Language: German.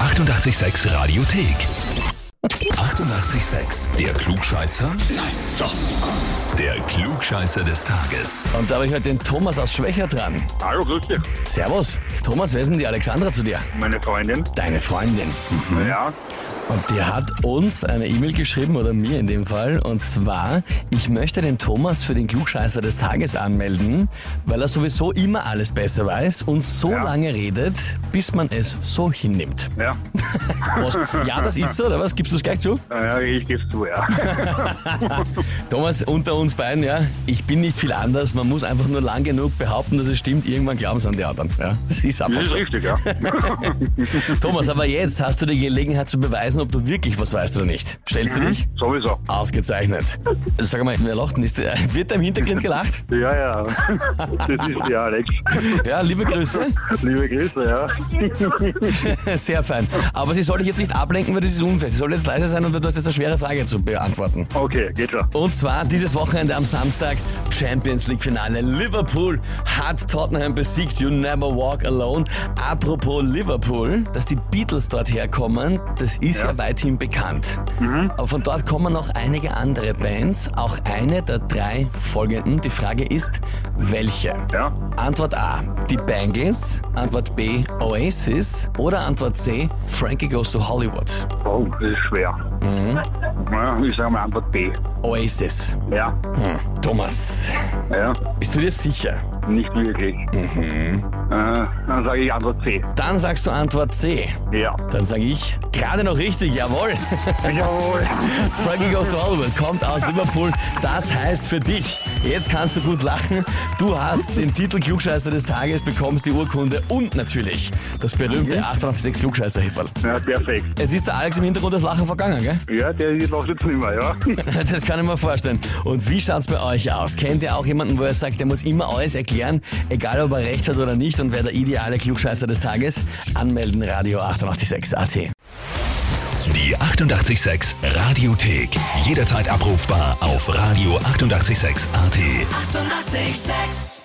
886 Radiothek. 88,6. Der Klugscheißer? Nein, doch. Der Klugscheißer des Tages. Und da habe ich heute den Thomas aus Schwächer dran. Hallo, grüß dich. Servus. Thomas, wer ist denn die Alexandra zu dir? Meine Freundin. Deine Freundin. Ja, Und die hat uns eine E-Mail geschrieben, oder mir in dem Fall, und zwar, ich möchte den Thomas für den Klugscheißer des Tages anmelden, weil er sowieso immer alles besser weiß und so Ja. lange redet, bis man es so hinnimmt. ja. Was? Ja, das ist so, oder was? Gibst du es gleich zu? ja ich gebe zu, ja. Thomas, unter uns beiden, ja, ich bin nicht viel anders. Man muss einfach nur lang genug behaupten, dass es stimmt. Irgendwann glauben es an die anderen. Ja, das ist einfach Das ist so. richtig, ja. Thomas, aber jetzt hast du die Gelegenheit zu beweisen, ob du wirklich was weißt oder nicht. Stellst du dich? Sowieso. Ausgezeichnet. Also Sag mal, wer lacht denn? Ist, der- wird da im Hintergrund gelacht? Ja, ja. Das ist ja, Alex. Ja, liebe Grüße. Liebe Grüße, ja. Sehr fein. Aber sie soll dich jetzt nicht ablenken, weil das ist unfair. Sie soll jetzt leise sein und du hast jetzt eine schwere Frage zu beantworten. Okay, geht schon. Und zwar dieses Wochenende am Samstag Champions League Finale. Liverpool hat Tottenham besiegt. You never walk alone. Apropos Liverpool, dass die Beatles dort herkommen, das ist ja, weithin bekannt. Aber von dort kommen noch einige andere Bands, auch eine der drei folgenden. Die Frage ist, welche? Ja, Antwort A, die Bangles. Antwort B, Oasis. Oder Antwort C, Frankie Goes to Hollywood. oh, das ist schwer. Ja, ich sage mal Antwort B. Oasis. Ja, Hm. Thomas, ja, bist du dir sicher? nicht wirklich. Äh, dann sage ich Antwort C. Dann sagst du Antwort C. Ja. Dann sage ich, gerade noch richtig, jawohl. Jawohl. Frankie Goes to Hollywood kommt aus Liverpool. Das heißt für dich, jetzt kannst du gut lachen. Du hast den Titel Klugscheißer des Tages, bekommst die Urkunde und natürlich das berühmte 886 klugscheißer -Häferl. Ja, perfekt. Jetzt ist der Alex im Hintergrund das Lachen vergangen, gell? Ja, der läuft jetzt nicht mehr, ja. Das kann ich mir vorstellen. Und wie schaut's bei euch aus? Kennt ihr auch jemanden, wo er sagt, der muss immer alles erklären, egal ob er recht hat oder nicht und wer der ideale Klugscheißer des Tages? Anmelden, Radio 886 AT. Die 88,6 Radiothek. Jederzeit abrufbar auf radio886.at. 88,6. Eighty-eight, sex.